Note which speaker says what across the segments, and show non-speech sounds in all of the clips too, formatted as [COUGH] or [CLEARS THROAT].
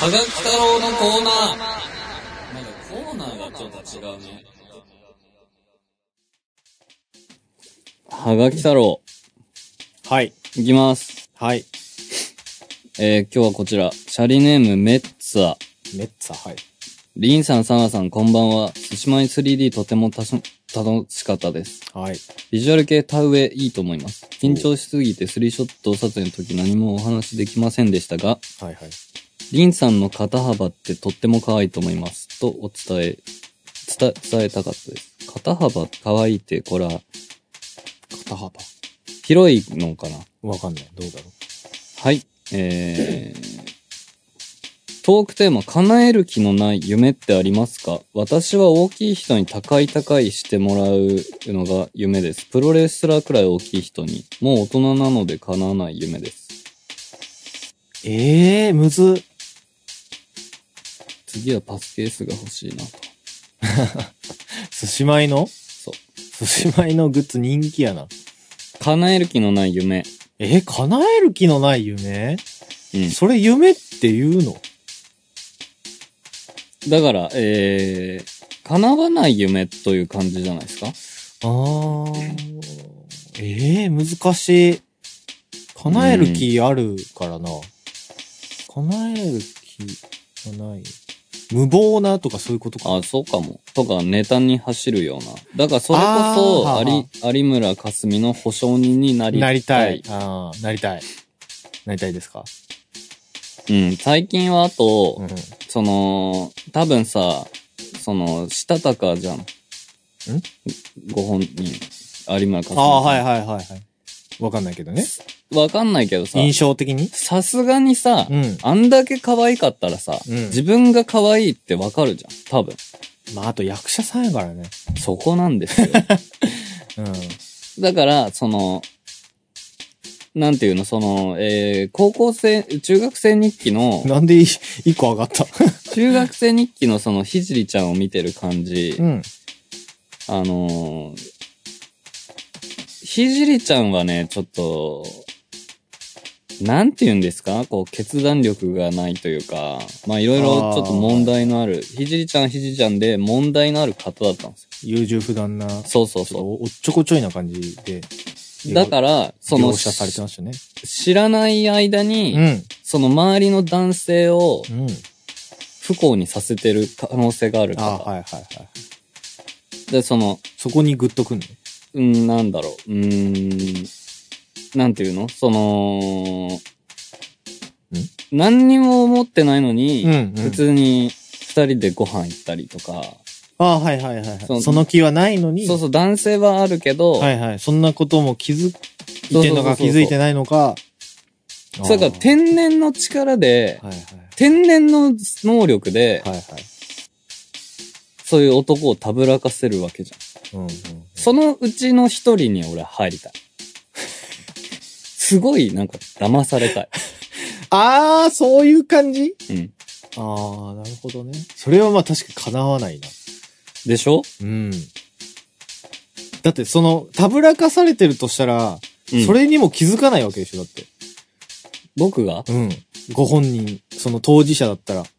Speaker 1: はがき太郎のコーナー。なんかコーナーがちょっと違うね。はがき太郎、
Speaker 2: はい。
Speaker 1: いきます。
Speaker 2: はい。
Speaker 1: えー、今日はこちら、シャリネームメッツァ。
Speaker 2: めっちゃ、はい。
Speaker 1: リンさん、サナさん、こんばんは。すしまい 3D とてもたし楽しかったです。
Speaker 2: はい。
Speaker 1: ビジュアル系田植えいいと思います。緊張しすぎてスリーショット撮影の時何もお話できませんでしたが、
Speaker 2: はいはい。
Speaker 1: リンさんの肩幅ってとっても可愛いと思います。とお伝え、伝え、伝えたかったです。肩幅可愛いって、これは、
Speaker 2: 肩幅。
Speaker 1: 広いのかな
Speaker 2: わかんない。どうだろ
Speaker 1: はい。えー、トークテーマ、叶える気のない夢ってありますか私は大きい人に高い高いしてもらうのが夢です。プロレスラーくらい大きい人に。もう大人なので叶わない夢です。
Speaker 2: う。ええー、むず。
Speaker 1: 次はパスケースが欲しいなと。
Speaker 2: すしまいの
Speaker 1: そう。
Speaker 2: すしまいのグッズ人気やな。
Speaker 1: 叶える気のない夢。
Speaker 2: えー、叶える気のない夢
Speaker 1: うん。
Speaker 2: それ夢って言うの
Speaker 1: だから、えー、叶わない夢という感じじゃないですか
Speaker 2: あー。ええー、難しい。叶える気あるからな。叶える気がない。無謀なとかそういうことか。
Speaker 1: あ、そうかも。とか、ネタに走るような。だから、それこ
Speaker 2: あー
Speaker 1: そ、有有村架純の保証人になりた。
Speaker 2: ないりたい。ああ、なりたい。なりたいですか
Speaker 1: うん。最近は、あと、
Speaker 2: うん。
Speaker 1: その、多分さ、その、したたかじゃん。んご本人、有村架純。
Speaker 2: ああ、はい
Speaker 1: は
Speaker 2: はいはいはい。わかんないけどね。
Speaker 1: い。わかんないけどさ、
Speaker 2: 印象的に
Speaker 1: さすがにさ、
Speaker 2: うん。
Speaker 1: あんだけ可愛かったらさ、
Speaker 2: うん
Speaker 1: 自分が可愛いってわかるじゃん。多分。
Speaker 2: まあ、あと役者さんやからね。
Speaker 1: そこなんです
Speaker 2: [LAUGHS]
Speaker 1: よ。
Speaker 2: うん。
Speaker 1: だから、その、なんていうの、その、えー高校生、中学生日記の、
Speaker 2: なんでい一個上がった
Speaker 1: 中学生日記のその、ひじりちゃんを見てる感じ、
Speaker 2: ん。
Speaker 1: あのーひじりちゃんはね、ちょっと、なんて言うんですかこう、決断力がないというか、まあ、いろいろちょっと問題のある、ひじりちゃんひじりちゃんで問題のある方だったんですよ。
Speaker 2: 優柔不断な、ちょ
Speaker 1: そうそう
Speaker 2: っと
Speaker 1: そ
Speaker 2: おっちょこちょいな感じで、
Speaker 1: う。だから、その
Speaker 2: 描、写されてましたね。
Speaker 1: 知らない間に、
Speaker 2: ん。
Speaker 1: その周りの男性を
Speaker 2: うん。
Speaker 1: 不幸にさせてる可能性がある
Speaker 2: ああ、
Speaker 1: か
Speaker 2: はいはいはい。
Speaker 1: ら。で、その、
Speaker 2: そこにグッとくんの
Speaker 1: うん、なんだろう。うーん、なんていうのその、何にも思ってないのに、
Speaker 2: ん
Speaker 1: 普通に二人でご飯行ったりとか、
Speaker 2: ああ、はいはいはいはい。
Speaker 1: そ
Speaker 2: そ
Speaker 1: の
Speaker 2: の気はないのに、
Speaker 1: そうそう、男性はあるけど、
Speaker 2: はいはい。そんなことも気づいてんのか
Speaker 1: そうそうそうそう
Speaker 2: 気づいてないのか。
Speaker 1: それから
Speaker 2: あー
Speaker 1: 天然の力で、
Speaker 2: はいはい。
Speaker 1: 天然の能力で、
Speaker 2: はいはい。
Speaker 1: そういう男をたぶらかせるわけじゃん。
Speaker 2: うんうん。
Speaker 1: そのうちの一人に俺入りたい。すごい、なんか、騙されたい。
Speaker 2: ああ、そういう感じ
Speaker 1: うん。
Speaker 2: ああ、なるほどね。それはまあ確かに叶わないな。
Speaker 1: でしょ、
Speaker 2: うん。だってその、たぶらかされてるとしたら、
Speaker 1: うん、
Speaker 2: それにも気づかないわけでしょ、だって。
Speaker 1: 僕が
Speaker 2: うん。ご本人、その当事者だったら。だか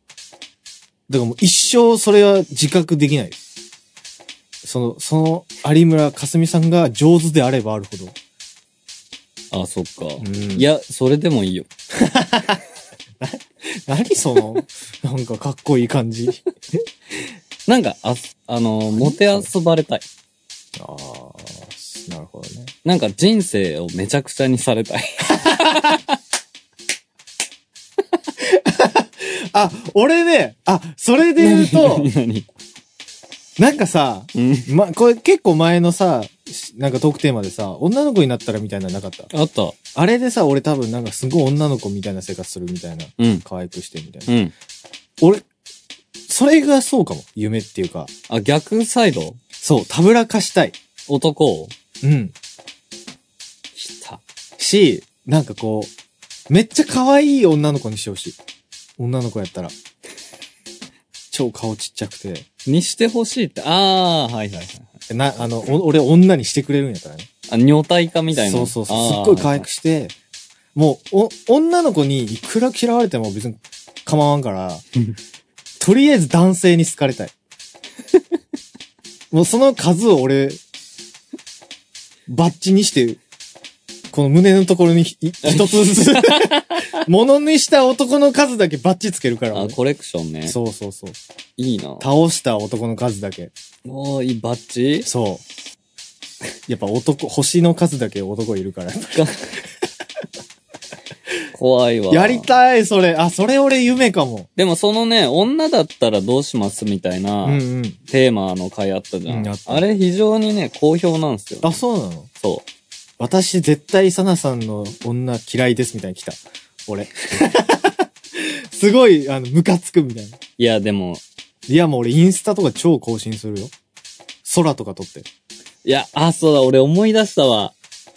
Speaker 2: らもう一生それは自覚できないです。その、その、有村架純さんが上手であればあるほど。
Speaker 1: あ、そっか。
Speaker 2: うん。
Speaker 1: い、や、それでもいいよ。
Speaker 2: 何その、 [LAUGHS] なんかかっこいい感じ。
Speaker 1: なんか、あ、あの、もてあそばれたい。
Speaker 2: ああ、なるほどね。
Speaker 1: なんか人生をめちゃくちゃにされたい。
Speaker 2: あ、俺ね、あ、それで言うと、
Speaker 1: [LAUGHS] 何
Speaker 2: なんかさ、
Speaker 1: うん。
Speaker 2: ま、これ結構前のさ、しなんかトークテーマでさ、女の子になったらみたいなのなかった。
Speaker 1: あった。
Speaker 2: あれでさ、俺多分なんかすごい女の子みたいな生活するみたいな。
Speaker 1: うん。
Speaker 2: 可愛くしてみたいな。
Speaker 1: うん。
Speaker 2: 俺、それがそうかも。夢っていうか。
Speaker 1: あ、逆サイド
Speaker 2: そう、たぶらかしたい。
Speaker 1: 男を
Speaker 2: うん。
Speaker 1: 来た。
Speaker 2: し、なんかこう、めっちゃ可愛い女の子にしてほしい。女の子やったら。超顔ちっちゃくて。
Speaker 1: にしてほしいって。あー、はいはいはい。
Speaker 2: な、あの、お俺女にしてくれるんやったらね。
Speaker 1: あ、女体化みたいな。
Speaker 2: そうそうそう。
Speaker 1: あ
Speaker 2: す
Speaker 1: ー
Speaker 2: っごい可愛くして、もう、お、女の子にいくら嫌われても別に構わんから、
Speaker 1: [LAUGHS]
Speaker 2: とりあえず男性に好かれたい。もうその数を俺、バッチにして、この胸のとこ
Speaker 1: [LAUGHS]
Speaker 2: ろにひい一つずつ、ものにした男の数だけバッチつけるから。
Speaker 1: あ、
Speaker 2: 俺
Speaker 1: コレクションね。
Speaker 2: そうそうそう。
Speaker 1: いいな。
Speaker 2: 倒した男の数だけ。
Speaker 1: おー、いいバッチ
Speaker 2: そう。やっぱ男、星の数だけ男いるから。
Speaker 1: 怖いわ。
Speaker 2: やりたい、それ。あ、それ俺夢かも。
Speaker 1: でもそのね、女だったらどうしますみたいな、
Speaker 2: うんうん。
Speaker 1: テーマの回あったじゃん。
Speaker 2: うんあった
Speaker 1: あれ非常にね、好評なんですよ。
Speaker 2: あ、そうなの
Speaker 1: そ
Speaker 2: 私絶対サナさんの女嫌いですみたいに来た。俺。 [LAUGHS] すごい、あの、ムカつくみたいな。
Speaker 1: う。いや、でも、
Speaker 2: いや、もう俺インスタとか超更新するよ。空とか撮って。
Speaker 1: いや、あ、そうだ、俺思い出したわ。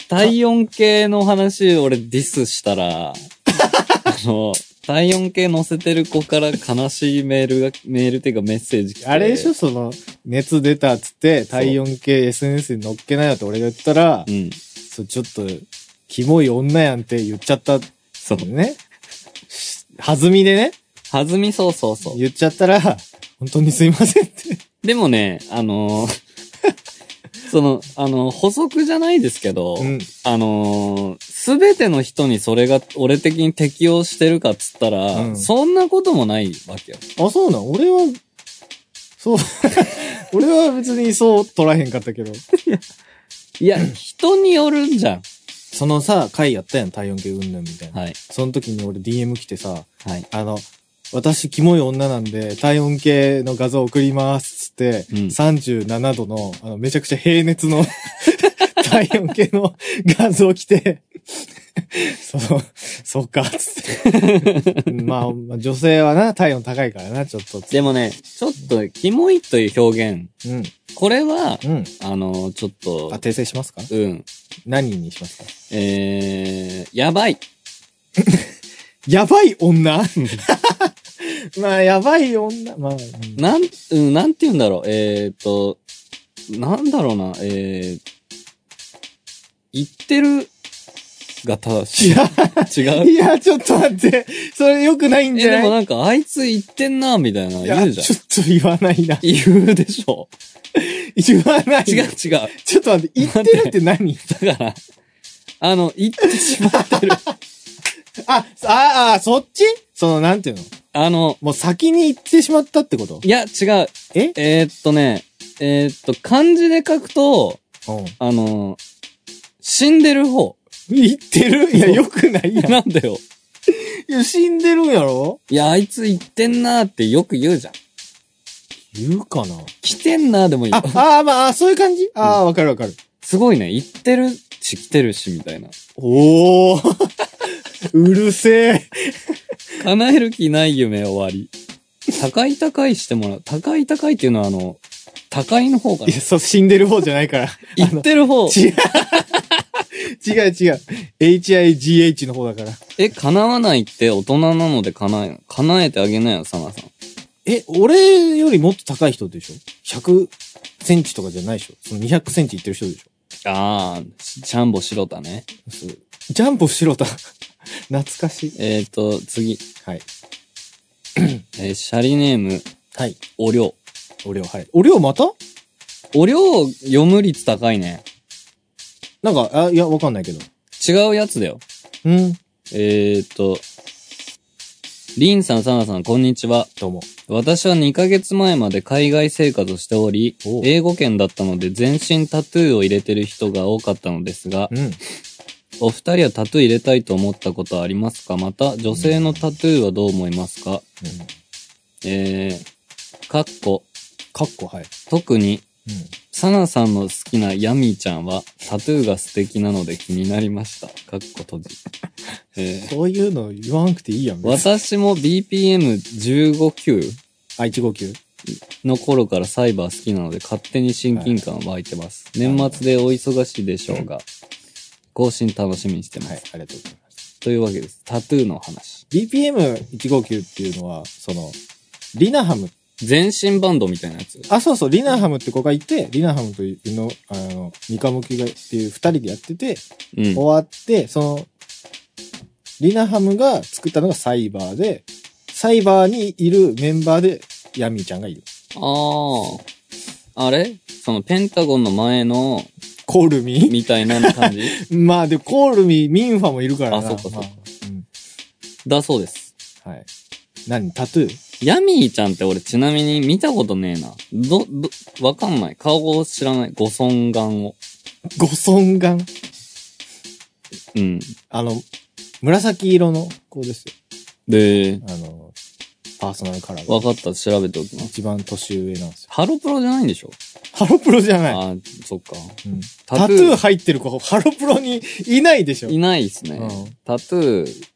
Speaker 1: 体温計の話、俺ディスした
Speaker 2: [LAUGHS]
Speaker 1: ら、あの、体温計載せてる子から悲しいメールが、メールっていうかメッセージ来て。
Speaker 2: あれでしょその、熱出たっつって、体温計 SNS に載っけないよって俺が言ったら
Speaker 1: う、ん。
Speaker 2: そう、ちょっと、キモい女やんって言っちゃった。
Speaker 1: そう。
Speaker 2: ね。弾みでね、
Speaker 1: 弾みそうそうそう。
Speaker 2: 言っちゃったら、本当にすいませんって。
Speaker 1: でもね、あの
Speaker 2: [LAUGHS]
Speaker 1: ーその、あの、補足じゃないですけど、
Speaker 2: うん。
Speaker 1: あのすべての人にそれが俺的に適用してるかっつったら、
Speaker 2: うん
Speaker 1: そんなこともないわけよ。
Speaker 2: あ、そうなん俺は、そう、 [LAUGHS] 俺は別にそう取らへんかったけど。
Speaker 1: い
Speaker 2: [LAUGHS]
Speaker 1: や、人によるんじゃん。
Speaker 2: そのさ、回やったやん、体温計うんぬんみたいな。
Speaker 1: はい。
Speaker 2: その時に俺 DM 来てさ、
Speaker 1: はい。
Speaker 2: あの、私、キモい女なんで、体温計の画像送ります、つって、
Speaker 1: うん
Speaker 2: 37度の、あの、めちゃくちゃ平熱の、 [LAUGHS] 体温計の画像来て、 [LAUGHS] その、そうか、つ [LAUGHS] って。まあ、まあ女性はな、体温高いからな、ちょっと。
Speaker 1: でもね、ちょっと、キモいという表現。
Speaker 2: うん、
Speaker 1: これは、
Speaker 2: うん。
Speaker 1: あのちょっと
Speaker 2: あ、、訂正しますか
Speaker 1: うん。
Speaker 2: 何にしますか
Speaker 1: えー、やばい。
Speaker 2: やばい女 [LAUGHS] まあ、やばい女。まあ、うん
Speaker 1: なん、うん、なんて言うんだろう。えーと、なんだろうな、えー、言ってるが正し
Speaker 2: い
Speaker 1: い。
Speaker 2: や、
Speaker 1: 違う
Speaker 2: いや、ちょっと待って。それ良くないん
Speaker 1: え、
Speaker 2: じゃな
Speaker 1: で
Speaker 2: い
Speaker 1: もなんか、あいつ言ってんな、みたいな、
Speaker 2: い
Speaker 1: 言う
Speaker 2: や、
Speaker 1: じゃ
Speaker 2: ちょっと言わないな。
Speaker 1: ん。言うでし
Speaker 2: [LAUGHS]
Speaker 1: ょ。
Speaker 2: 言わない。
Speaker 1: 違う。違う。
Speaker 2: ちょっと待って、言ってるって何
Speaker 1: だから、あの、言ってしまってる。
Speaker 2: [LAUGHS] あ、ああ、そっちその、なんていうの
Speaker 1: あの、
Speaker 2: もう先に言ってしまったってこと
Speaker 1: いや、違う。
Speaker 2: え
Speaker 1: えーっとね、えーっと、漢字で書くと、
Speaker 2: うん。
Speaker 1: あの、死んでる方。
Speaker 2: 言ってるいや、良く [LAUGHS] ないやん。
Speaker 1: なんだよ。
Speaker 2: いや、死んでるんやろ
Speaker 1: いや、あいつ言ってんなーってよく言うじゃん。
Speaker 2: 言うかな
Speaker 1: 来てんなーでもいい
Speaker 2: あ
Speaker 1: よ。、
Speaker 2: ああ、まああ、そういう感じああ、わかるわかる。
Speaker 1: [LAUGHS] すごいね、言ってるし来てるし、みたいな。
Speaker 2: おお [LAUGHS] うるせえ。
Speaker 1: 叶える気ない夢終わり。高い高いしてもらう。高い高いっていうのはあの、高いの方か
Speaker 2: い
Speaker 1: な
Speaker 2: や、。そう、死んでる方じゃないから。
Speaker 1: 言ってる方。
Speaker 2: 違う。違う違う。HIGH の方だから。
Speaker 1: え、叶わないって大人なので叶え、叶えてあげなよ、サナさん。
Speaker 2: え、俺よりもっと高い人でしょ ?100 センチとかじゃないでしょその200センチいってる人でしょ
Speaker 1: ああ、ジャンボ白田ね。
Speaker 2: そうジャンプしろた。 [LAUGHS] 懐かしい。
Speaker 1: えっ、ー、と、次。
Speaker 2: はい。
Speaker 1: えーシャリネーム、
Speaker 2: はい。
Speaker 1: おりょ
Speaker 2: お量、はい。お量また
Speaker 1: う。おりょう、読む率高いね。
Speaker 2: なんか、あ、いや、わかんないけど。
Speaker 1: 違うやつだよ。
Speaker 2: うん。
Speaker 1: えっ、ー、と、リンさん、サナさん、こんにちは。
Speaker 2: どうも。
Speaker 1: 私は2ヶ月前まで海外生活をしており
Speaker 2: お、う
Speaker 1: 英語圏だったので全身タトゥーを入れてる人が多かったのですが
Speaker 2: う、ん。
Speaker 1: お二人はタトゥー入れたいと思ったことはありますかまた、女性のタトゥーはどう思いますかえー、かっこ、
Speaker 2: かっこ、はい。
Speaker 1: 特に、
Speaker 2: う
Speaker 1: サナさんの好きなヤミーちゃんは、タトゥーが素敵なので気になりました。かっこ閉じ。え
Speaker 2: ん。
Speaker 1: ー
Speaker 2: そういうの言わなくていいやん。
Speaker 1: 私も BPM15 級
Speaker 2: あ、159?
Speaker 1: の頃からサイバー好きなので勝手に親近感湧いてます。
Speaker 2: い
Speaker 1: 年末でお忙しいでしょうが、更新楽しみにしてます。
Speaker 2: はい、ありがとうございます。
Speaker 1: というわけです。タトゥーの話。
Speaker 2: BPM159 っていうのは、その、リナハム。
Speaker 1: 全身バンドみたいなやつ。
Speaker 2: あ、そうそう、リナハムって子がいて、リナハムというの、あの、ミカモキがっていう二人でやってて、
Speaker 1: うん
Speaker 2: 終。わって、その、リナハムが作ったのがサイバーで、サイバーにいるメンバーでヤミーちゃんがいる。
Speaker 1: ああ。あれそのペンタゴンの前の、
Speaker 2: コールミ
Speaker 1: みたいな感じ
Speaker 2: まあで、コールミ、ミンファもいるからな。
Speaker 1: あそっかそっか
Speaker 2: まうん
Speaker 1: [LAUGHS] だそうです。
Speaker 2: はい。何タトゥー
Speaker 1: ヤミーちゃんって俺ちなみに見たことねえな。ど、ど、わかんない。顔を知らない。ご尊顔を。
Speaker 2: ご尊顔
Speaker 1: うん。
Speaker 2: あの、紫色の子ですよ。
Speaker 1: で、
Speaker 2: あの、パーソナルカラー
Speaker 1: わ
Speaker 2: が。
Speaker 1: かった。調べておきます。
Speaker 2: 一番年上なんですよ。
Speaker 1: ハロプロじゃないんでしょ、
Speaker 2: ハロプロじゃない。
Speaker 1: あーそっか。
Speaker 2: うん
Speaker 1: タ
Speaker 2: タ
Speaker 1: ト
Speaker 2: ト
Speaker 1: ゥー
Speaker 2: ゥー入ってる子、ハロプロにいないでしょ
Speaker 1: い。ないですね。
Speaker 2: うん
Speaker 1: タトゥー、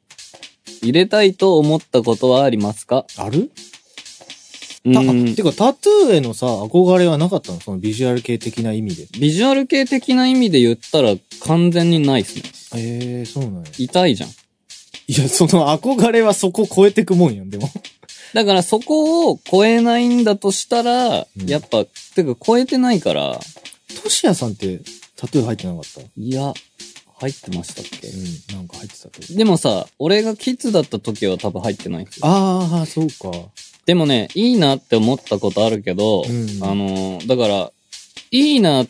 Speaker 1: 入れたいと思ったことはありますか
Speaker 2: ある
Speaker 1: う
Speaker 2: た
Speaker 1: ん
Speaker 2: て。か、タトゥーへのさ、憧れはなかったのそのビジュアル系的な意味で。
Speaker 1: ビジュアル系的な意味で言ったら完全にないっすね。
Speaker 2: ええそうなんや。
Speaker 1: 痛いじゃん。
Speaker 2: いや、その憧れはそこ超えてくもんやん、でも。
Speaker 1: だからそこを超えないんだとしたら、
Speaker 2: うん
Speaker 1: やっぱ、てか超えてないから、
Speaker 2: トシヤさんってタトゥー入ってなかったう
Speaker 1: いや、入ってましたっけ、
Speaker 2: ん、なんか入ってたと。
Speaker 1: でもさ、俺がキッズだった時は多分入ってないんですよ。
Speaker 2: ああ、そうか。
Speaker 1: でもね、いいなって思ったことあるけど、
Speaker 2: うん
Speaker 1: あのーだから、いいな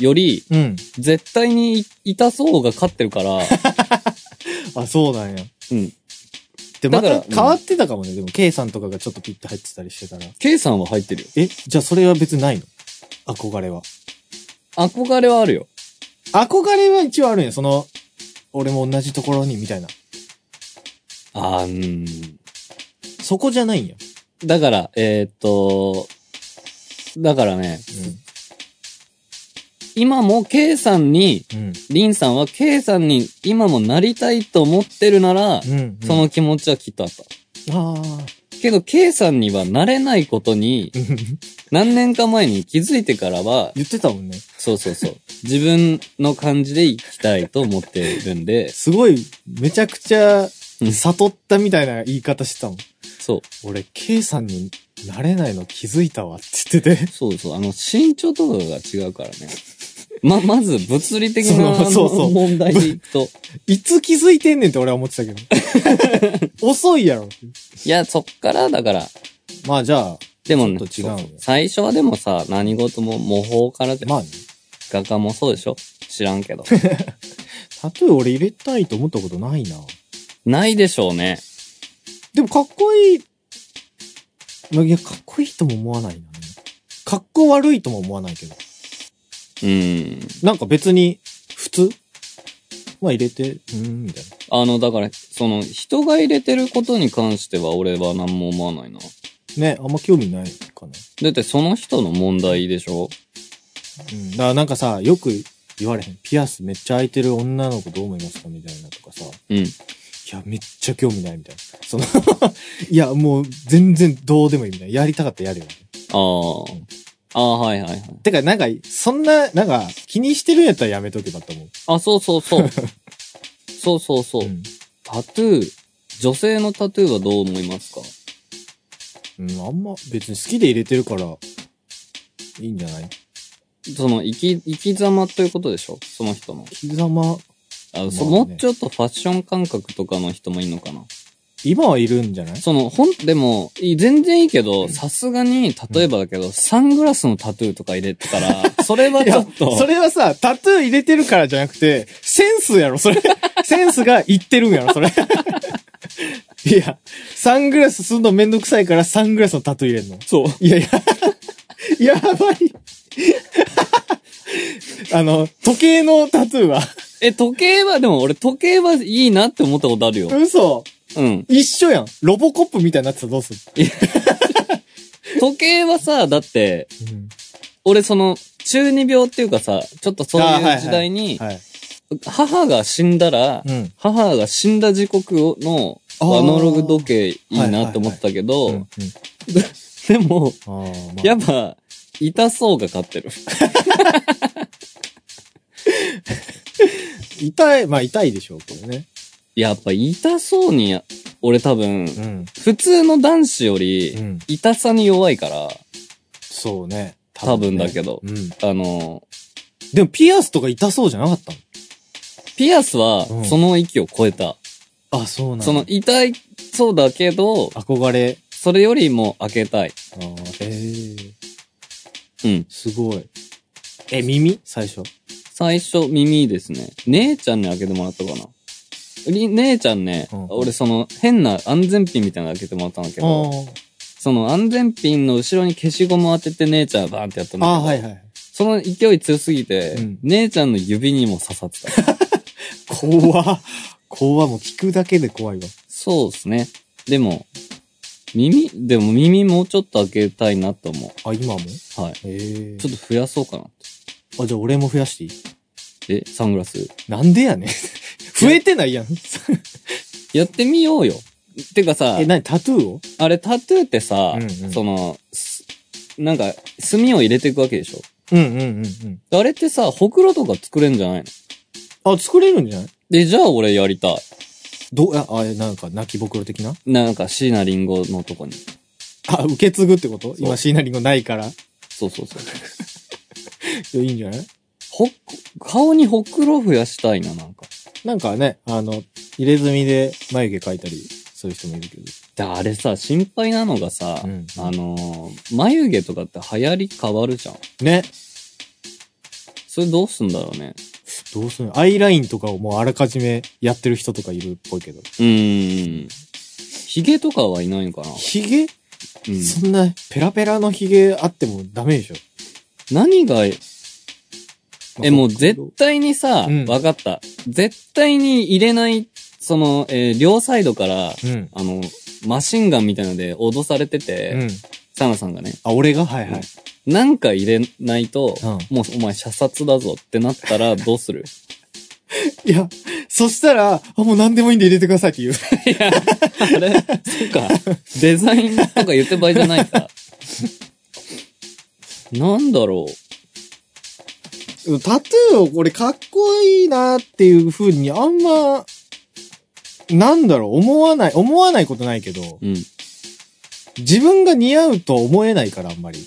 Speaker 1: より、
Speaker 2: うん。
Speaker 1: 絶対に痛そうが勝ってる
Speaker 2: [LAUGHS]
Speaker 1: から、
Speaker 2: あ、そうなんや。
Speaker 1: うん。だ
Speaker 2: で、ま
Speaker 1: から
Speaker 2: た変わってたかもね。でも、K さんとかがちょっとピッて入ってたりしてたら。
Speaker 1: K さんは入ってるよ。
Speaker 2: え、じゃあそれは別にないの憧れは。
Speaker 1: 憧れはあるよ。
Speaker 2: 憧れは一応あるんや。その、俺も同じところに、みたいな。
Speaker 1: あーうーん。
Speaker 2: そこじゃないんや。
Speaker 1: だから、えーっと、だからね、今も K さんに、
Speaker 2: うん。うん。
Speaker 1: リンさんは K さんに今もなりたいと思ってるなら、
Speaker 2: うん。
Speaker 1: そ、の気持ちはきっとあった。
Speaker 2: ああ。
Speaker 1: けど K さんにはなれないことに、何年か前に気づいてからは、
Speaker 2: 言ってたもんね。
Speaker 1: そうそうそう。自分の感じで生きたいと思ってるんで、
Speaker 2: すごい、めちゃくちゃ、
Speaker 1: うん
Speaker 2: 悟ったみたいな言い方してたもん。
Speaker 1: そう。
Speaker 2: 俺、K さんになれないの気づいたわって言って [LAUGHS] て。
Speaker 1: そうそう、あの、身長とかが違うからね。ま、まず、物理的なあ
Speaker 2: そうそうそ
Speaker 1: の
Speaker 2: う
Speaker 1: 問題でいくと。
Speaker 2: いつ気づいてんねんって俺は思ってたけど。 [LAUGHS] 遅いやろって。
Speaker 1: いや、そっから、だから、
Speaker 2: まあじゃあ、
Speaker 1: でもね、
Speaker 2: ちょっと違うよね
Speaker 1: 最初はでもさ、何事も模倣からで、
Speaker 2: まあね。
Speaker 1: 画家もそうでしょ知らんけど。
Speaker 2: タトゥー俺入れたいと思ったことないな。
Speaker 1: ないでしょうね。
Speaker 2: でもかっこいい。まあいや、かっこいいとも思わないな、ね。かっこ悪いとも思わないけど。
Speaker 1: うん。
Speaker 2: なんか別に、普通まあ入れて、うーん、みたいな。
Speaker 1: あの、だから、その、人が入れてることに関しては俺は何も思わないな。
Speaker 2: ね、あんま興味ないかな。
Speaker 1: だってその人の問題でしょ
Speaker 2: うん。だからなんかさ、よく言われへん。ピアスめっちゃ開いてる女の子どう思いますかみたいなとかさ。い
Speaker 1: うん。
Speaker 2: や、めっちゃ興味ないみたいな。その、 [LAUGHS] いや、もう全然どうでもいいみたいな。やりたかったらやるよ。
Speaker 1: ああ
Speaker 2: うん。
Speaker 1: ああ、はいはいはい。
Speaker 2: てか、なんか、そんな、なんか、気にしてるんやったらやめとけばと思う。
Speaker 1: あ、そうそう
Speaker 2: [LAUGHS]
Speaker 1: そう。そうそうそう。
Speaker 2: ん。
Speaker 1: タトゥー、女性のタトゥーはどう思いますか
Speaker 2: うん、あんま別に好きで入れてるから、いいんじゃない
Speaker 1: その、生き、生き様ということでしょその人の。
Speaker 2: 生き様、
Speaker 1: あの、そ
Speaker 2: まあね
Speaker 1: もうちょっとファッション感覚とかの人もいいのかな
Speaker 2: 今はいるんじゃない
Speaker 1: その、ほん、でも、い全然いいけど、さすがに、例えばだけど、サングラスのタトゥーとか入れてた
Speaker 2: [LAUGHS]
Speaker 1: ら、それはいちょ
Speaker 2: や
Speaker 1: っと、、
Speaker 2: それはさ、タトゥー入れてるからじゃなくて、センスやろ、そ [LAUGHS] れ。センスがいってるんやろ、そ [LAUGHS] れ。いや、サングラスするのめんどくさいからサングラスのタトゥー入れんの。
Speaker 1: そう。
Speaker 2: いやい [LAUGHS] や、やばい。あの、時計のタトゥーは、
Speaker 1: え、時計は、でも俺時計はいいなって思ったことあるよ。
Speaker 2: 嘘。
Speaker 1: うん。
Speaker 2: 一緒やん。ロボコップみたいになってたらどうする、
Speaker 1: 時計はさ、だって、俺その、中二病っていうかさ、ちょっとそう
Speaker 2: あーはい
Speaker 1: い
Speaker 2: は
Speaker 1: う
Speaker 2: い
Speaker 1: 時代に、
Speaker 2: はい。
Speaker 1: 母が死んだら、
Speaker 2: ん。
Speaker 1: 母が死んだ時刻をの
Speaker 2: あー
Speaker 1: アナログ時計いいなって思ってたけど、
Speaker 2: うんうん
Speaker 1: でも、
Speaker 2: あーまあ
Speaker 1: やっぱ、痛そうが勝ってる。
Speaker 2: 痛い、まあ痛いでしょうけどね。
Speaker 1: やっぱ痛そうにや、俺多分、
Speaker 2: ん。
Speaker 1: 普通の男子よ
Speaker 2: う
Speaker 1: り、
Speaker 2: ん。
Speaker 1: 痛さに弱いから、
Speaker 2: そうね。
Speaker 1: 多分
Speaker 2: ね
Speaker 1: だけど
Speaker 2: うん。
Speaker 1: あの、
Speaker 2: でもピアスとか痛そうじゃなかったの
Speaker 1: ピアスは
Speaker 2: う、ん
Speaker 1: その域を超えた。
Speaker 2: あ、そうなんだ
Speaker 1: その、痛いそうだけど、
Speaker 2: 憧れ。
Speaker 1: それよりも開けたい。
Speaker 2: あーええ
Speaker 1: うん。
Speaker 2: すごい。え、耳最初。
Speaker 1: 最初、耳ですね。姉ちゃんに開けてもらったかな。り姉ちゃんね、
Speaker 2: うん
Speaker 1: 俺その変な安全ピンみたいなの開けてもらったんだけ
Speaker 2: あ
Speaker 1: ど、その安全ピンの後ろに消しゴム当てて姉ちゃんがバーンってやったんだけ
Speaker 2: あ、
Speaker 1: ど、
Speaker 2: はいはい。
Speaker 1: その勢い強すぎて、
Speaker 2: うん
Speaker 1: 姉ちゃんの指にも刺さってた。 [LAUGHS]
Speaker 2: 怖っ怖っもう聞くだけで怖いわ。
Speaker 1: そうですね。でも、耳、でも耳もうちょっと開けたいなと思
Speaker 2: あ、今も
Speaker 1: う。はい。
Speaker 2: ええ
Speaker 1: ちょっと増やそうかなっ
Speaker 2: あ、じゃあ俺も増やしていい
Speaker 1: て。え、サングラス
Speaker 2: なんで [LAUGHS] やねん。増えてないやん。
Speaker 1: やってみようよ。てかさ
Speaker 2: え、、なにタトゥーを
Speaker 1: あれタトゥーってさ、
Speaker 2: うんうん
Speaker 1: その、すなんか、墨を入れていくわけでしょ
Speaker 2: うんうんうんうん。
Speaker 1: あれってさ、ほくろとか作れんじゃないの
Speaker 2: あ、作れるんじゃない
Speaker 1: で、じゃあ俺やりたい。
Speaker 2: どう、あ、あれなんか、泣きぼくろ的な
Speaker 1: なんか、椎名林檎のとこに。
Speaker 2: あ、受け継ぐってこと
Speaker 1: う
Speaker 2: 今、シーナリンゴないから。い
Speaker 1: そうそうそう。
Speaker 2: やいいんじゃない
Speaker 1: ほっ、顔にほくろ増やしたいな、なんか。
Speaker 2: なんかね、あの、入れ墨で眉毛描いたり、そういう人もいるけど。
Speaker 1: で、あれさ、心配なのがさ、
Speaker 2: うん
Speaker 1: あのー眉毛とかって流行り変わるじゃん。
Speaker 2: ね。
Speaker 1: それどうすんだろうね。
Speaker 2: どうするのアイラインとかをもうあらかじめやってる人とかいるっぽいけど。
Speaker 1: うーん。髭とかはいないのかな、
Speaker 2: ヒゲ、
Speaker 1: うん、
Speaker 2: そんな、ペラペラのヒゲあってもダメでしょ。
Speaker 1: 何が、え、もう絶
Speaker 2: う
Speaker 1: 対にさ、わ、
Speaker 2: うん
Speaker 1: かった。絶対に入れない、その、えー両サイドから、
Speaker 2: ん。
Speaker 1: あの、マシンガンみたいので脅されてて、
Speaker 2: うん。
Speaker 1: サナさんがね、
Speaker 2: あ、俺がはいはい。
Speaker 1: なんか入れないと、
Speaker 2: う
Speaker 1: もうお前射殺だぞってなったらどうする
Speaker 2: いや、そしたら、あ、もう何でもいいんで入れてくださいって言う。
Speaker 1: いや、あれ、そっか、デザインとか言って場合じゃないか。なんだろう。
Speaker 2: タトゥーをこれかっこいいなっていう風にあんま、なんだろう、思わない、思わないことないけど、
Speaker 1: うん。
Speaker 2: 自分が似合うとは思えないからあんまり。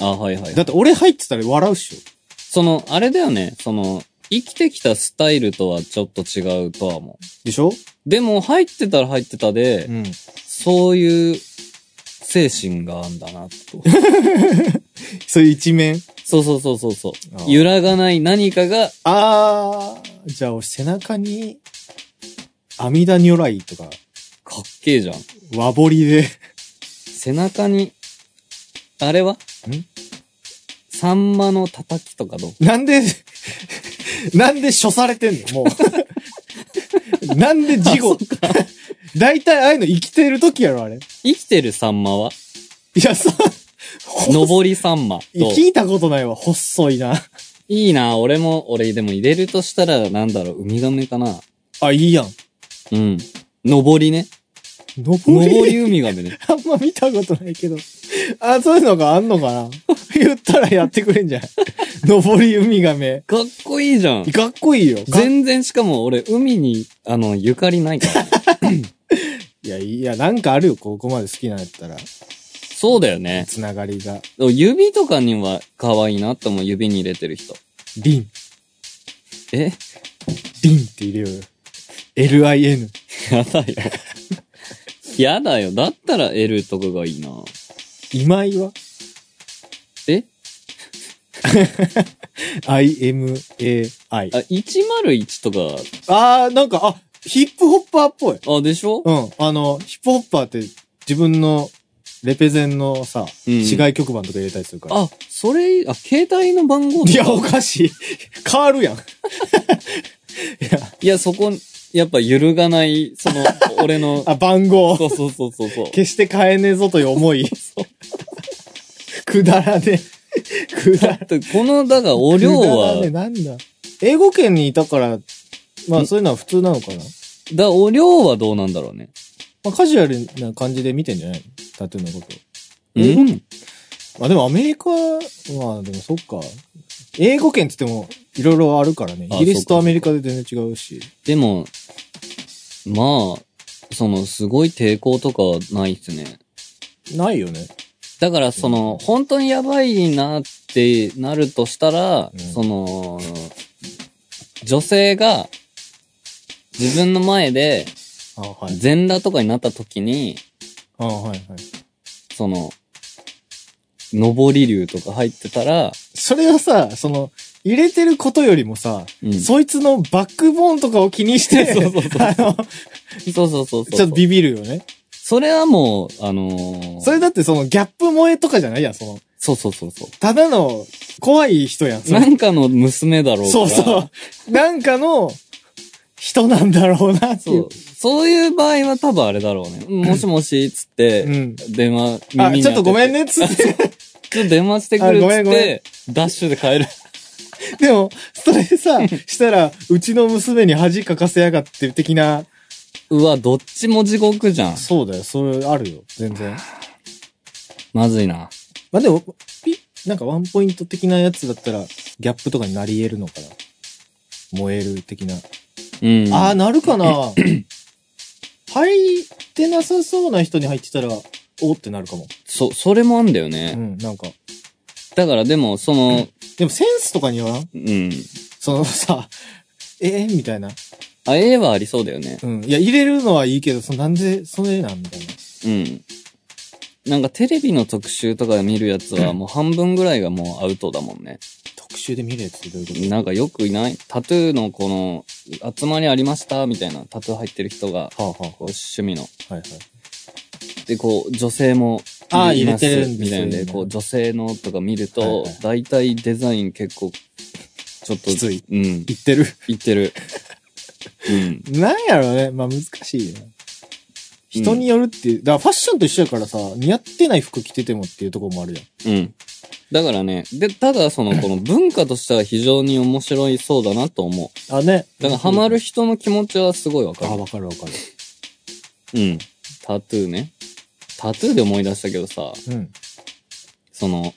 Speaker 1: あ、はいはい
Speaker 2: だ。って俺入ってたら笑うっしょ。
Speaker 1: その、あれだよね、その、生きてきたスタイルとはちょっと違うとは思う。
Speaker 2: でしょ
Speaker 1: でも、入ってたら入ってたで、
Speaker 2: ん。
Speaker 1: そういう精神があんだな、と。
Speaker 2: そういう一面。
Speaker 1: そうそうそうそうそう
Speaker 2: あ。ー
Speaker 1: 揺らがない何かが、
Speaker 2: あー、じゃあ俺背中に、阿弥陀如来とか、
Speaker 1: かっけえじゃん。
Speaker 2: 和彫りで、 [LAUGHS]
Speaker 1: 背中に、あれはんサンマのたたきとかどう
Speaker 2: なんで、なんで処されてんのもう。なんで事後。 [LAUGHS] 大体ああいうの生きてる時やろ、あれ。
Speaker 1: 生きてるサンマはい
Speaker 2: や、そう。
Speaker 1: [LAUGHS]
Speaker 2: ほ
Speaker 1: 上りサンマと。
Speaker 2: 聞いたことないわ、細いな。
Speaker 1: いいな、俺も、俺でも入れるとしたら、なんだろう、ウミガメかな。
Speaker 2: あ、いいやん。
Speaker 1: うん。上りね。
Speaker 2: 登
Speaker 1: 上
Speaker 2: り
Speaker 1: りウミガメね。
Speaker 2: あんま見たことないけど。あ、そういうのがあんのかな [LAUGHS] 言ったらやってくれんじゃん。登りウミガメ。
Speaker 1: かっこいいじゃん。
Speaker 2: かっこいいよ。か
Speaker 1: 全然しかも俺、海に、あの、ゆかりない
Speaker 2: [LAUGHS]
Speaker 1: から。
Speaker 2: いや、いや、なんかあるよ、ここまで好きなんやったら。
Speaker 1: そうだよね。
Speaker 2: つながりが。
Speaker 1: 指とかには可愛いなって思う、指に入れてる人。
Speaker 2: リン、
Speaker 1: え [LAUGHS]
Speaker 2: リンって入れようよ。L-I-N。
Speaker 1: や
Speaker 2: [LAUGHS]
Speaker 1: だよ。やだよ。だったら L とかがいいな。
Speaker 2: 今井は
Speaker 1: え
Speaker 2: ?I-M-A-I
Speaker 1: あ、。101とか、
Speaker 2: あー、なんか、あ、ヒップホッパーっぽい。
Speaker 1: あ、でしょ
Speaker 2: うん。あの、ヒップホッパーって自分のレペゼンのさ、
Speaker 1: うん
Speaker 2: 市外局番とか入れたりするから。
Speaker 1: あ、それ、あ、携帯の番号とか
Speaker 2: いや、おかしい。 [LAUGHS] 変わるやん。いや、
Speaker 1: いや、そこ、やっぱ揺るがない、
Speaker 2: [LAUGHS]
Speaker 1: その、俺の、
Speaker 2: あ、番号。
Speaker 1: そうそうそうそうそう。
Speaker 2: 決して変えねえぞという思い。くだらね
Speaker 1: [LAUGHS]
Speaker 2: え。くだら
Speaker 1: だってこの、だが、お量
Speaker 2: くだらねえ
Speaker 1: は、
Speaker 2: なんだ。英語圏にいたから、まあそういうのは普通なのかな。
Speaker 1: だ、お量はどうなんだろうね。
Speaker 2: まあカジュアルな感じで見てんじゃないのタトゥーのこと。
Speaker 1: うん。
Speaker 2: まあでもアメリカは、まあでもそっか。英語圏って言ってもいろいろあるからね。
Speaker 1: あ
Speaker 2: イギリス
Speaker 1: そ
Speaker 2: と
Speaker 1: う
Speaker 2: ア
Speaker 1: か
Speaker 2: メリカで全然違うし。
Speaker 1: でも、まあ、その、すごい抵抗とかはないっすね。
Speaker 2: ないよね。
Speaker 1: だから、その、本当にやばいなってなるとしたら、
Speaker 2: うん
Speaker 1: その、女性が、自分の前で、
Speaker 2: あはい。
Speaker 1: 全裸とかになった時に、
Speaker 2: あはいはい。
Speaker 1: その、上り竜とか入ってたら、
Speaker 2: それはさ、その、入れてることよりもさ、
Speaker 1: うんそ
Speaker 2: そいつのバックボーンとかを気にして、
Speaker 1: [LAUGHS] そうそうそう
Speaker 2: あの、
Speaker 1: うそうそうそう。
Speaker 2: ちょっとビビるよね。
Speaker 1: それはもう、あのー
Speaker 2: それだってそのギャップ萌えとかじゃないやん、その、
Speaker 1: そうそうそうそ
Speaker 2: ただの怖い人やん、
Speaker 1: う。
Speaker 2: それ
Speaker 1: なんかの娘だろうか
Speaker 2: そ
Speaker 1: ら。
Speaker 2: うそう。なんかの人なんだろうなってい
Speaker 1: そうう。。そういう場合は多分あれだろうね。
Speaker 2: [LAUGHS]
Speaker 1: もしもし、つっ
Speaker 2: う
Speaker 1: て、
Speaker 2: ん。
Speaker 1: 電話、耳
Speaker 2: あ、
Speaker 1: に
Speaker 2: ちょっとごめん
Speaker 1: ね。
Speaker 2: ね、つって。
Speaker 1: ちょっと電話してくるっ
Speaker 2: あごめ
Speaker 1: つ
Speaker 2: ん
Speaker 1: っ
Speaker 2: ごめ
Speaker 1: て、ダッシュで帰る。
Speaker 2: [LAUGHS] でも、それさ、したら、うちの娘に恥かかせやがって的な。
Speaker 1: うわ、どっちも地獄じゃん。
Speaker 2: そうだよ、それあるよ、全然。
Speaker 1: まずいな。
Speaker 2: まあでも、ピなんかワンポイント的なやつだったら、ギャップとかになり得るのかな。燃える的な。
Speaker 1: うん。
Speaker 2: ああ、なるかな [CLEARS THROAT] 入ってなさそうな人に入ってたら、おーってなるかも。
Speaker 1: そ、それもあんだよ
Speaker 2: う
Speaker 1: ね。
Speaker 2: ん、なんか。
Speaker 1: だからでも、その、
Speaker 2: でもセンスとかには、
Speaker 1: うん。
Speaker 2: そのさ、 [LAUGHS] ええみたいな。
Speaker 1: あ、A はありそうだよね。
Speaker 2: うん。いや、入れるのはいいけど、そのなんで、それなんみたいな。
Speaker 1: うん。なんかテレビの特集とかで見るやつはもう半分ぐらいがもうアウトだもんね。
Speaker 2: 特集で見るやつってどういうこと
Speaker 1: なんかよくいないタトゥーのこの、集まりありましたみたいなタトゥー入ってる人が、
Speaker 2: はあ、はあは
Speaker 1: こう趣味の。
Speaker 2: あ、はいはい。
Speaker 1: で、こう、女性も
Speaker 2: あー
Speaker 1: います
Speaker 2: 入れてるんですよ
Speaker 1: みたいなんで、
Speaker 2: 今
Speaker 1: こう、女性のとか見る
Speaker 2: はい
Speaker 1: と
Speaker 2: はい、
Speaker 1: 大体デザイン結構、ちょっと、
Speaker 2: きつい。
Speaker 1: うん。
Speaker 2: 言ってる。 [LAUGHS]
Speaker 1: いってる。うん。
Speaker 2: なんやろうね。まあ難しいよね。人によるっていう。だからファッションと一緒やからさ、似合ってない服着ててもっていうところもあるじ
Speaker 1: うん。だからね、で、ただその、この文化としては非常に面白いそうだなと思
Speaker 2: ゃん。あ、ね。
Speaker 1: う。だからハマる人の気持ちはすごいわか
Speaker 2: あ、
Speaker 1: る。
Speaker 2: わかるわかる。
Speaker 1: うん。タトゥーね。タトゥーで思い出したけどさ、
Speaker 2: うん。
Speaker 1: その、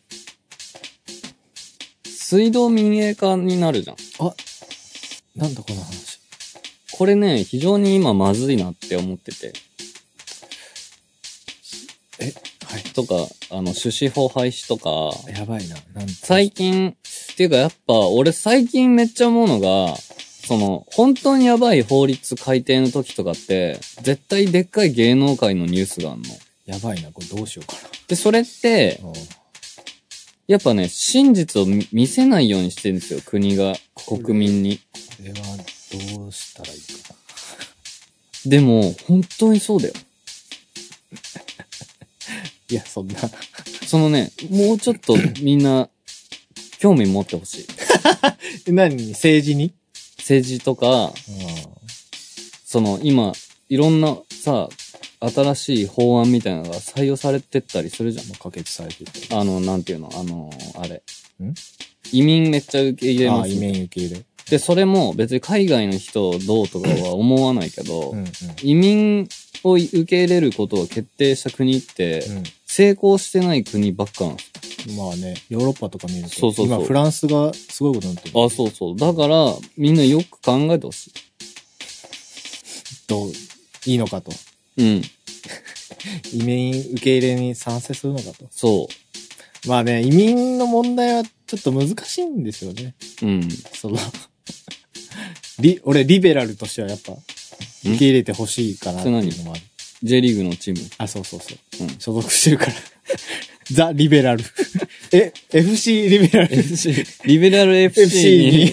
Speaker 1: 水道民営化になるじゃん。
Speaker 2: なんだこの話。
Speaker 1: これね、非常に今まずいなって思ってて。
Speaker 2: はい。
Speaker 1: とか、あの、種子法廃止とか、
Speaker 2: やばいな。なん
Speaker 1: 最近、っていうかやっぱ、俺最近めっちゃ思うのが、その、本当にやばい法律改定の時とかって、絶対でっかい芸能界のニュースがあんの。
Speaker 2: やばいな。これどうしようか
Speaker 1: で、それって、
Speaker 2: な。うん
Speaker 1: やっぱね、真実を見見せないようにしてるんですよ、国が、国民に。
Speaker 2: これはどうしたらいいか
Speaker 1: でも、本当にそうだよ。
Speaker 2: いや、そんな。 [LAUGHS]
Speaker 1: そのね、もうちょっとみんな、興味持ってほしい。
Speaker 2: 何政治に
Speaker 1: 政治とか、その今、いろんなさ、新しい法案みたいなのが採用されてったりするじゃん。
Speaker 2: まあ、可決されてて。
Speaker 1: あの、なんていうのあのーあれ
Speaker 2: ん。
Speaker 1: 移民めっちゃ受け入れ
Speaker 2: あ
Speaker 1: ま
Speaker 2: あ、
Speaker 1: す
Speaker 2: イメン受け入れ。
Speaker 1: で、それも別に海外の人をどうとかは思わないけど、
Speaker 2: うんうん。
Speaker 1: 移民を受け入れることを決定した国って、
Speaker 2: うん
Speaker 1: 成功してない国ばっかなんです
Speaker 2: まあね、ヨーロッパとか見ると、
Speaker 1: そうそうそう
Speaker 2: 今フランスがすごいことになってる。
Speaker 1: よ。あ、そうそう。だから、みんなよく考えてほし
Speaker 2: どういいのかと。
Speaker 1: い。うん。
Speaker 2: 移民受け入れに賛成するのかと。
Speaker 1: そ
Speaker 2: まあね、移民の問題はちょっと難しいんですよね。
Speaker 1: う。うん。
Speaker 2: その、 [LAUGHS] リ、俺、リベラルとしてはやっぱ、受け入れてほしいかなっていうのもある。
Speaker 1: J リーグのチーム。
Speaker 2: あ、そうそうそう。
Speaker 1: うん
Speaker 2: 所属してるから。 [LAUGHS] ザ・リベラル。 [LAUGHS] え、FC リベラル。
Speaker 1: FC、リベ [LAUGHS] ラル
Speaker 2: FC
Speaker 1: FC に
Speaker 2: に。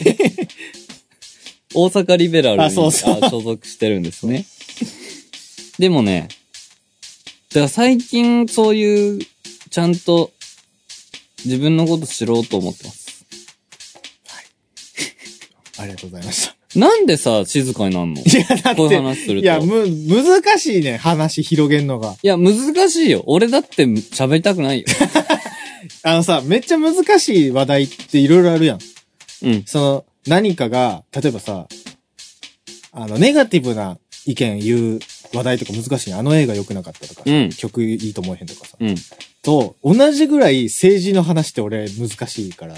Speaker 2: [LAUGHS]
Speaker 1: 大阪リベラルに
Speaker 2: あそうそう
Speaker 1: あ所属してるんですね。でもね、だから最近そういう、ちゃんと自分のこと知ろうと思ってます。
Speaker 2: ありがとうございました。
Speaker 1: なんでさ、静かになんの
Speaker 2: いや、 [LAUGHS] だっ
Speaker 1: こういう
Speaker 2: て、
Speaker 1: 話する
Speaker 2: い
Speaker 1: と。い
Speaker 2: や、
Speaker 1: や、
Speaker 2: む、難しいね、話広げんのが。
Speaker 1: 難しいよ。俺だって喋りたくないよ。
Speaker 2: あのさ、めっちゃ難しい話題っていろいろあるやん。
Speaker 1: [LAUGHS] うん。
Speaker 2: その、何かが、例えばさ、あの、ネガティブな意見言う話題とか難しいねあの映画良くなかったとか、
Speaker 1: うん
Speaker 2: 曲いいと思えへんとかさ。
Speaker 1: うん。
Speaker 2: と、同じぐらい政治の話って俺難しいから、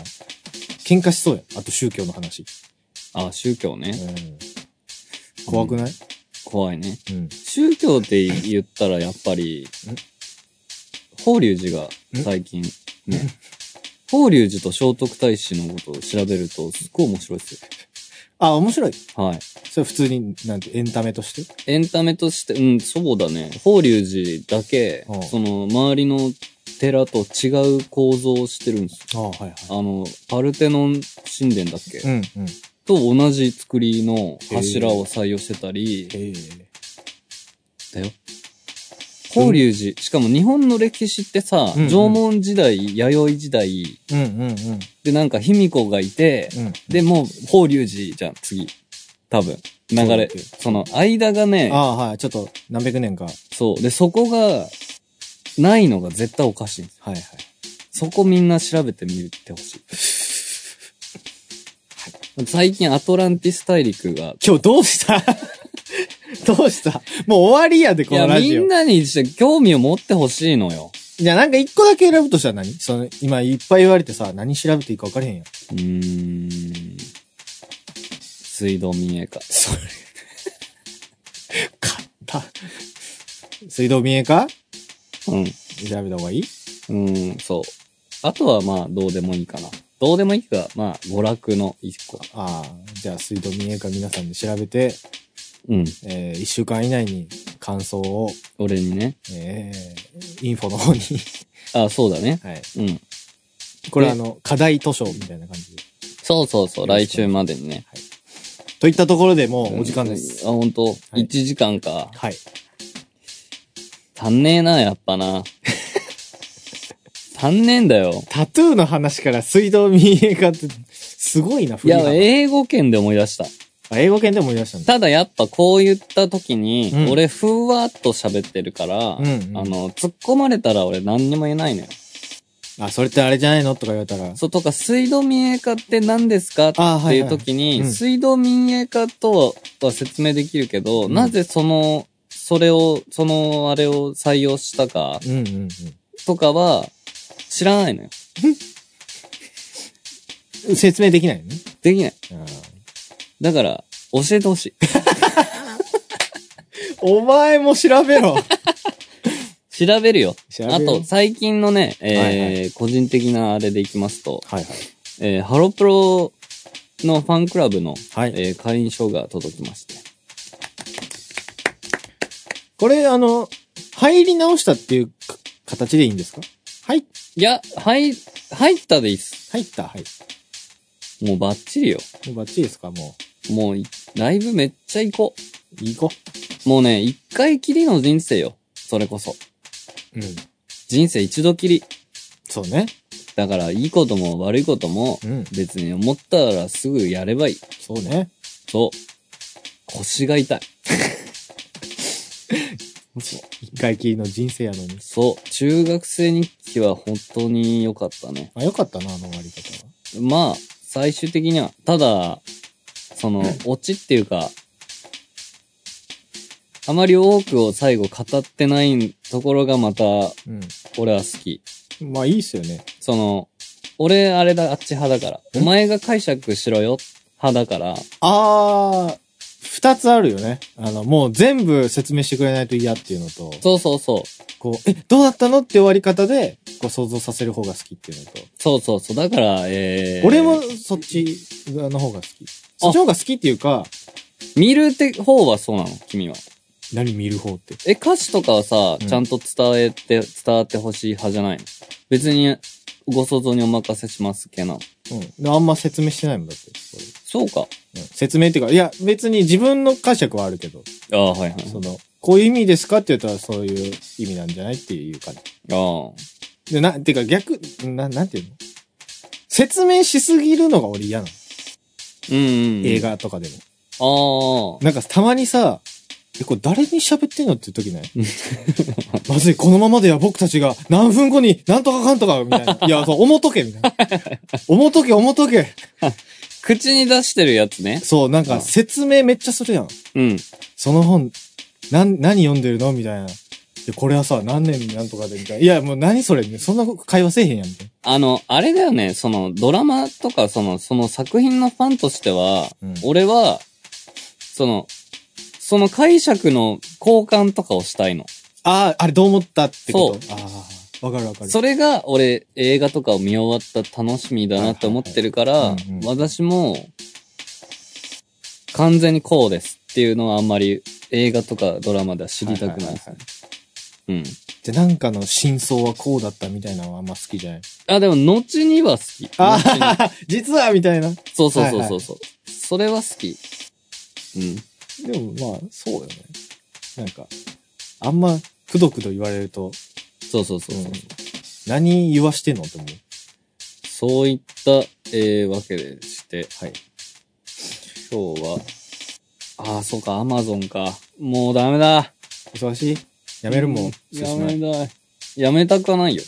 Speaker 2: 喧嘩しそうやん。あと宗教の話。
Speaker 1: あ、宗教
Speaker 2: う
Speaker 1: ね。
Speaker 2: ん。怖くない
Speaker 1: 怖いね。
Speaker 2: うん。
Speaker 1: 宗教って言ったらやっぱり、法隆寺が最近ね、法隆寺と聖徳太子のことを調べるとすっごい面白いですよ。
Speaker 2: あ、面白い。
Speaker 1: はい。
Speaker 2: それ普通に、なんて、エンタメとして。
Speaker 1: エンタメとして、うん、そうだね。法隆寺だけ
Speaker 2: うん、
Speaker 1: その、周りの寺と違う構造をしてるんですよ。
Speaker 2: ああ、はいはい。
Speaker 1: あの、パルテノン神殿だっけ、
Speaker 2: うんうん。
Speaker 1: と同じ作りの柱を採用してたり、
Speaker 2: え
Speaker 1: だ
Speaker 2: え
Speaker 1: よ。法隆寺、しかも日本の歴史ってさ、
Speaker 2: うんうん
Speaker 1: 縄文時代、弥生時代、
Speaker 2: うんうんうん。
Speaker 1: で、なんか、卑弥呼がいて、
Speaker 2: うん。
Speaker 1: で、もう、法隆寺じゃん、次。多分。流れ。その、間がね、
Speaker 2: ああ、はい。ちょっと、何百年か。はい
Speaker 1: そう。で、そこが、ないのが絶対おかしいんですよ。
Speaker 2: はい。
Speaker 1: そこみんな調べてみてほしい。はい最近アトランティス大陸が、
Speaker 2: 今日どうした [LAUGHS] どうしたもう終わりやで、
Speaker 1: い
Speaker 2: こ
Speaker 1: や、
Speaker 2: のラ
Speaker 1: み
Speaker 2: ジオ
Speaker 1: ん。なにして興味を持ってほしいのよ。
Speaker 2: じゃあなんか一個だけ選ぶとしたら何その、今いっぱい言われてさ、何調べていいか分かれへんやん。
Speaker 1: うーん。水道民営化。
Speaker 2: それ。買った。水道見えか
Speaker 1: うん。
Speaker 2: 調べた方がいい
Speaker 1: うん、そう。あとはまあ、どうでもいいかな。どうでもいいか、まあ、娯楽の一個。
Speaker 2: ああ、じゃあ水道見えか皆さんで調べて、
Speaker 1: うん。
Speaker 2: えー、一週間以内に感想を、
Speaker 1: 俺にね。
Speaker 2: えー、インフォの方に。 [LAUGHS]
Speaker 1: あ、そうだね。
Speaker 2: はい。
Speaker 1: うん。
Speaker 2: これ
Speaker 1: で
Speaker 2: あの、課題図書みたいな感じで。
Speaker 1: そうそうそう、来週までにね。
Speaker 2: といったところでもうお時間です。
Speaker 1: あ、本当、
Speaker 2: い
Speaker 1: ?1 時間か。
Speaker 2: はい。
Speaker 1: 足んねえな、やっぱな。 [LAUGHS] 足んねえんだよ。
Speaker 2: タトゥーの話から水道見えかって、すごいな、
Speaker 1: い
Speaker 2: 振り
Speaker 1: や、
Speaker 2: 幅
Speaker 1: 英語圏で思い出した。
Speaker 2: あ英語圏でも思い出したんだ。
Speaker 1: ただやっぱこう言った時に、
Speaker 2: うん
Speaker 1: 俺ふわっと喋ってるから、
Speaker 2: うんうん
Speaker 1: あの、突っ込まれたら俺何にも言えないのよ。
Speaker 2: あ、それってあれじゃないのとか言われたら。
Speaker 1: そうとか、水道民営化って何ですかって
Speaker 2: あはいはい
Speaker 1: いう時に、
Speaker 2: うん
Speaker 1: 水道民営化とは説明できるけど、
Speaker 2: うん
Speaker 1: なぜその、それを、そのあれを採用したか
Speaker 2: うんうんうん。
Speaker 1: とかは知らないのよ。
Speaker 2: 説明できないよね。
Speaker 1: できない。
Speaker 2: あ
Speaker 1: だから、教えてほしい。
Speaker 2: ーお前も調べろ
Speaker 1: [LAUGHS] 調べるよ。
Speaker 2: [LAUGHS] 調べ
Speaker 1: あ
Speaker 2: ろ
Speaker 1: と、最近のね、えー
Speaker 2: はい
Speaker 1: 個人的なあれでいきますと、
Speaker 2: はいはい。
Speaker 1: えーハロプロのファンクラブの、
Speaker 2: はい
Speaker 1: えー会員証が届きまして。
Speaker 2: これ、あの、入り直したっていうか形でいいんですかはい、
Speaker 1: いや、はい、入ったでいいっす。
Speaker 2: 入った、はい。
Speaker 1: もうバッチリよ。
Speaker 2: もうバッチリですかも
Speaker 1: もうい、ライブめっちゃ行こ
Speaker 2: う、いいこ。
Speaker 1: う。もうね、一回きりの人生よ。それこそ。
Speaker 2: うん。
Speaker 1: 人生一度きり。
Speaker 2: そうね。
Speaker 1: だから、いいことも悪いことも、
Speaker 2: うん。
Speaker 1: 別に思ったらすぐやればいい。
Speaker 2: そうね。
Speaker 1: そう。腰が痛い。
Speaker 2: 一回きりの人生やのに。
Speaker 1: そう。中学生日記は本当に良かったね。
Speaker 2: あ、よかったな、あの終わり方は。
Speaker 1: まあ、最終的には、ただ、その、オチっていうか、あまり多くを最後語ってないところがまた、俺は好き。
Speaker 2: うん。まあ、いいっすよね。
Speaker 1: その、俺、あれだ、あっち派だから。お前が解釈しろよ、派だから。
Speaker 2: あー、二つあるよね。あの、もう全部説明してくれないと嫌っていうのと、
Speaker 1: そうそうそう。
Speaker 2: こう、え、どうだったのって終わり方で、こう想像させる方が好きっていうのと、
Speaker 1: そうそうそう。だから、えー、
Speaker 2: 俺もそっちの方が好き。そっちの方が好きっていうか、
Speaker 1: 見るって方はそうなの、君は。
Speaker 2: 何見る方って。
Speaker 1: え、歌詞とかはさ、
Speaker 2: うん
Speaker 1: ちゃんと伝えて、伝わってほしい派じゃないの別に、ご想像にお任せしますけど。
Speaker 2: うん。あんま説明してないもんだって。これ
Speaker 1: そうか。
Speaker 2: うん説明っていうか、いや、別に自分の解釈はあるけど、
Speaker 1: ああ、はいはい。
Speaker 2: その、こういう意味ですかって言ったらそういう意味なんじゃないっていう感
Speaker 1: あ
Speaker 2: じ。で、な、てか逆、な、なんていうの説明しすぎるのが俺嫌なの。
Speaker 1: あ。うん、うん。
Speaker 2: 映。画とかでも。
Speaker 1: ああ。
Speaker 2: なんかたまにさ、え、これ誰に喋ってんのっていう時ない [LAUGHS] まずい、このままでは僕たちが何分後になんとかかんとか、みたいな。いや、そう、思っとけ、みたい
Speaker 1: [LAUGHS]
Speaker 2: な。思っとけ、思っとけ。
Speaker 1: 口に出してるやつね。
Speaker 2: そう、なんか説明めっちゃするやん。
Speaker 1: うん。
Speaker 2: その本、なん、何読んでるのみたいな。で、これはさ、何年になんとかで、みたいな。いや、もう何それ、そんな会話せえへんやん、みたい
Speaker 1: あの、あれだよね、その、ドラマとか、その、その作品のファンとしては、
Speaker 2: うん
Speaker 1: 俺は、その、その解釈の交換とかをしたいの。
Speaker 2: な。ああ、あれどう思ったってことああ、わかるわかる。
Speaker 1: それが、俺、映画とかを見終わった楽しみだなって思ってるから
Speaker 2: いはいはいうんうん、
Speaker 1: 私も、完全にこうですっていうのはあんまり映画とかドラマでは知りたくないです
Speaker 2: は
Speaker 1: ね
Speaker 2: は。
Speaker 1: うん。
Speaker 2: で、なんかの真相はこうだったみたいなのはあんま好きじゃない。
Speaker 1: あ、でも、後には好き。後に
Speaker 2: ああ、実はみたいな。
Speaker 1: そうそうそうそうそう、それは好き。うん。
Speaker 2: でもまあ、そうだよね。なんか、あんま、くどくど言われると、
Speaker 1: そうそうそうそう。
Speaker 2: うん何言わしてんのって思う。
Speaker 1: そういった、えー、わけでして、
Speaker 2: はい。
Speaker 1: 今日は、ああ、そうか、アマゾンか。もうダメだ。
Speaker 2: 忙しいやめるもん。
Speaker 1: うん
Speaker 2: して
Speaker 1: や
Speaker 2: しま
Speaker 1: め
Speaker 2: い
Speaker 1: たい。やめたくはないよ。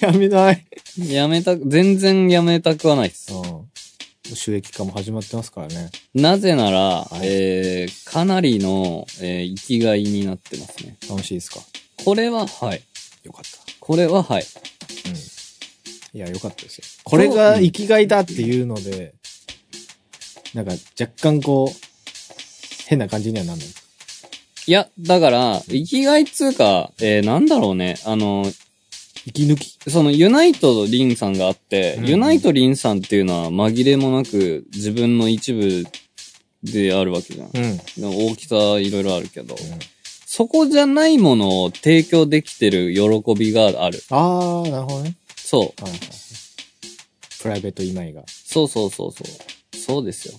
Speaker 2: やめない。
Speaker 1: やめたく、全然やめたくはないです。
Speaker 2: うん。収益化も始まってますからね。
Speaker 1: なぜなら、
Speaker 2: い
Speaker 1: えー、かなりの、えー、生きがいになってますね。
Speaker 2: 楽しいですか
Speaker 1: これは、はい。
Speaker 2: よかった。
Speaker 1: これは、はい。
Speaker 2: うん。いや、よかったですよ。これが生きがいだっていうので、なんか若干こう、変な感じにはなんない。
Speaker 1: いや、だから、生きがいっつうか、えー、なんだろうね。あの、
Speaker 2: 息抜き。
Speaker 1: その、ユナイトリンさんがあって、
Speaker 2: うん
Speaker 1: ユナイトリンさんっていうのは紛れもなく自分の一部であるわけじゃん。
Speaker 2: うん。うん。
Speaker 1: でも大きさいろいろあるけど、そこじゃないものを提供できてる喜びがある。
Speaker 2: あー、なるほどね。
Speaker 1: そう。
Speaker 2: はいはいはい。プライベート今井が。
Speaker 1: そうそうそうそう。そうですよ。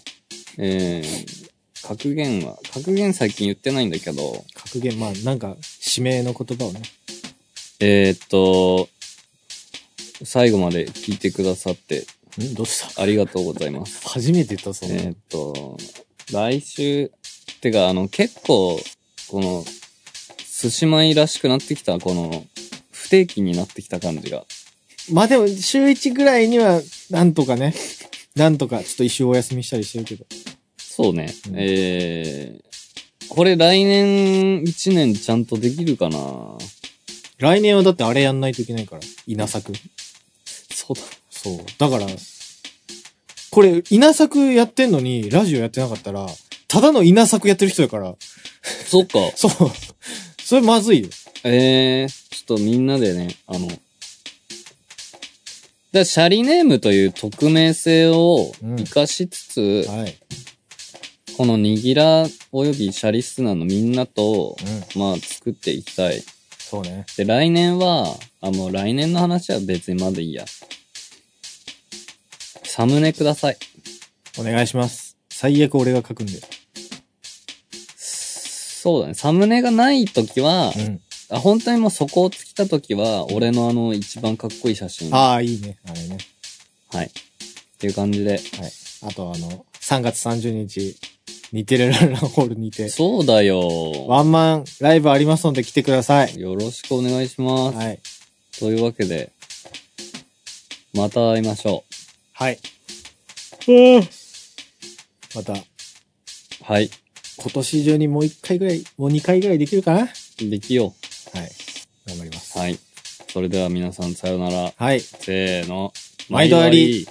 Speaker 1: えー、格言は、格言最近言ってないんだけど、
Speaker 2: 格言、まあなんか、指名の言葉をね。
Speaker 1: えー、っと、最後まで聞いてくださって
Speaker 2: んどうした
Speaker 1: ありがとうございます。
Speaker 2: 初めて言った、そんなの
Speaker 1: えーっと、来週、てか、あの、結構、この、寿司米らしくなってきた、この、不定期になってきた感じが。
Speaker 2: まあでも、週1ぐらいには、なんとかね。なんとか、ちょっと一周お休みしたりしてるけど。
Speaker 1: そうね。
Speaker 2: うん
Speaker 1: えー、これ来年1年ちゃんとできるかな
Speaker 2: 来年はだってあれやんないといけないから。稲作。
Speaker 1: そうだ。
Speaker 2: そう。だから、これ、稲作やってんのに、ラジオやってなかったら、ただの稲作やってる人やから。
Speaker 1: そっか。
Speaker 2: そう。それまずいよ。
Speaker 1: えー、ちょっとみんなでね、あの、だシャリネームという匿名性を活かしつつ、
Speaker 2: はい。
Speaker 1: このにぎらおよびシャリスナーのみんなと、
Speaker 2: うん。
Speaker 1: まあ作っていきたい。
Speaker 2: そうね。
Speaker 1: で、来年は、あ、もう来年の話は別にまだいいや。サムネください。
Speaker 2: お願いします。最悪俺が書くんで。
Speaker 1: そうだね。サムネがないときは、
Speaker 2: うん。
Speaker 1: あ、本当にもうそこを尽きたときは、俺のあの一番かっこいい写真。は
Speaker 2: ああ、いいね。あれね。
Speaker 1: い。っていう感じで。
Speaker 2: あとあの、3月30日、似てるララホールにて、
Speaker 1: そうだよ。
Speaker 2: ワンマンライブありますので来てください。
Speaker 1: よろしくお願いします。
Speaker 2: はい。
Speaker 1: というわけで、また会いましょ
Speaker 2: はい。また、
Speaker 1: う。はい。
Speaker 2: 今年中にもう1回ぐらい、もう2回ぐらいできるかなはい。
Speaker 1: できよ
Speaker 2: 頑張ります。
Speaker 1: う。はい。それでは皆さんさようなら。
Speaker 2: はい。
Speaker 1: せーの。
Speaker 2: 毎度あり。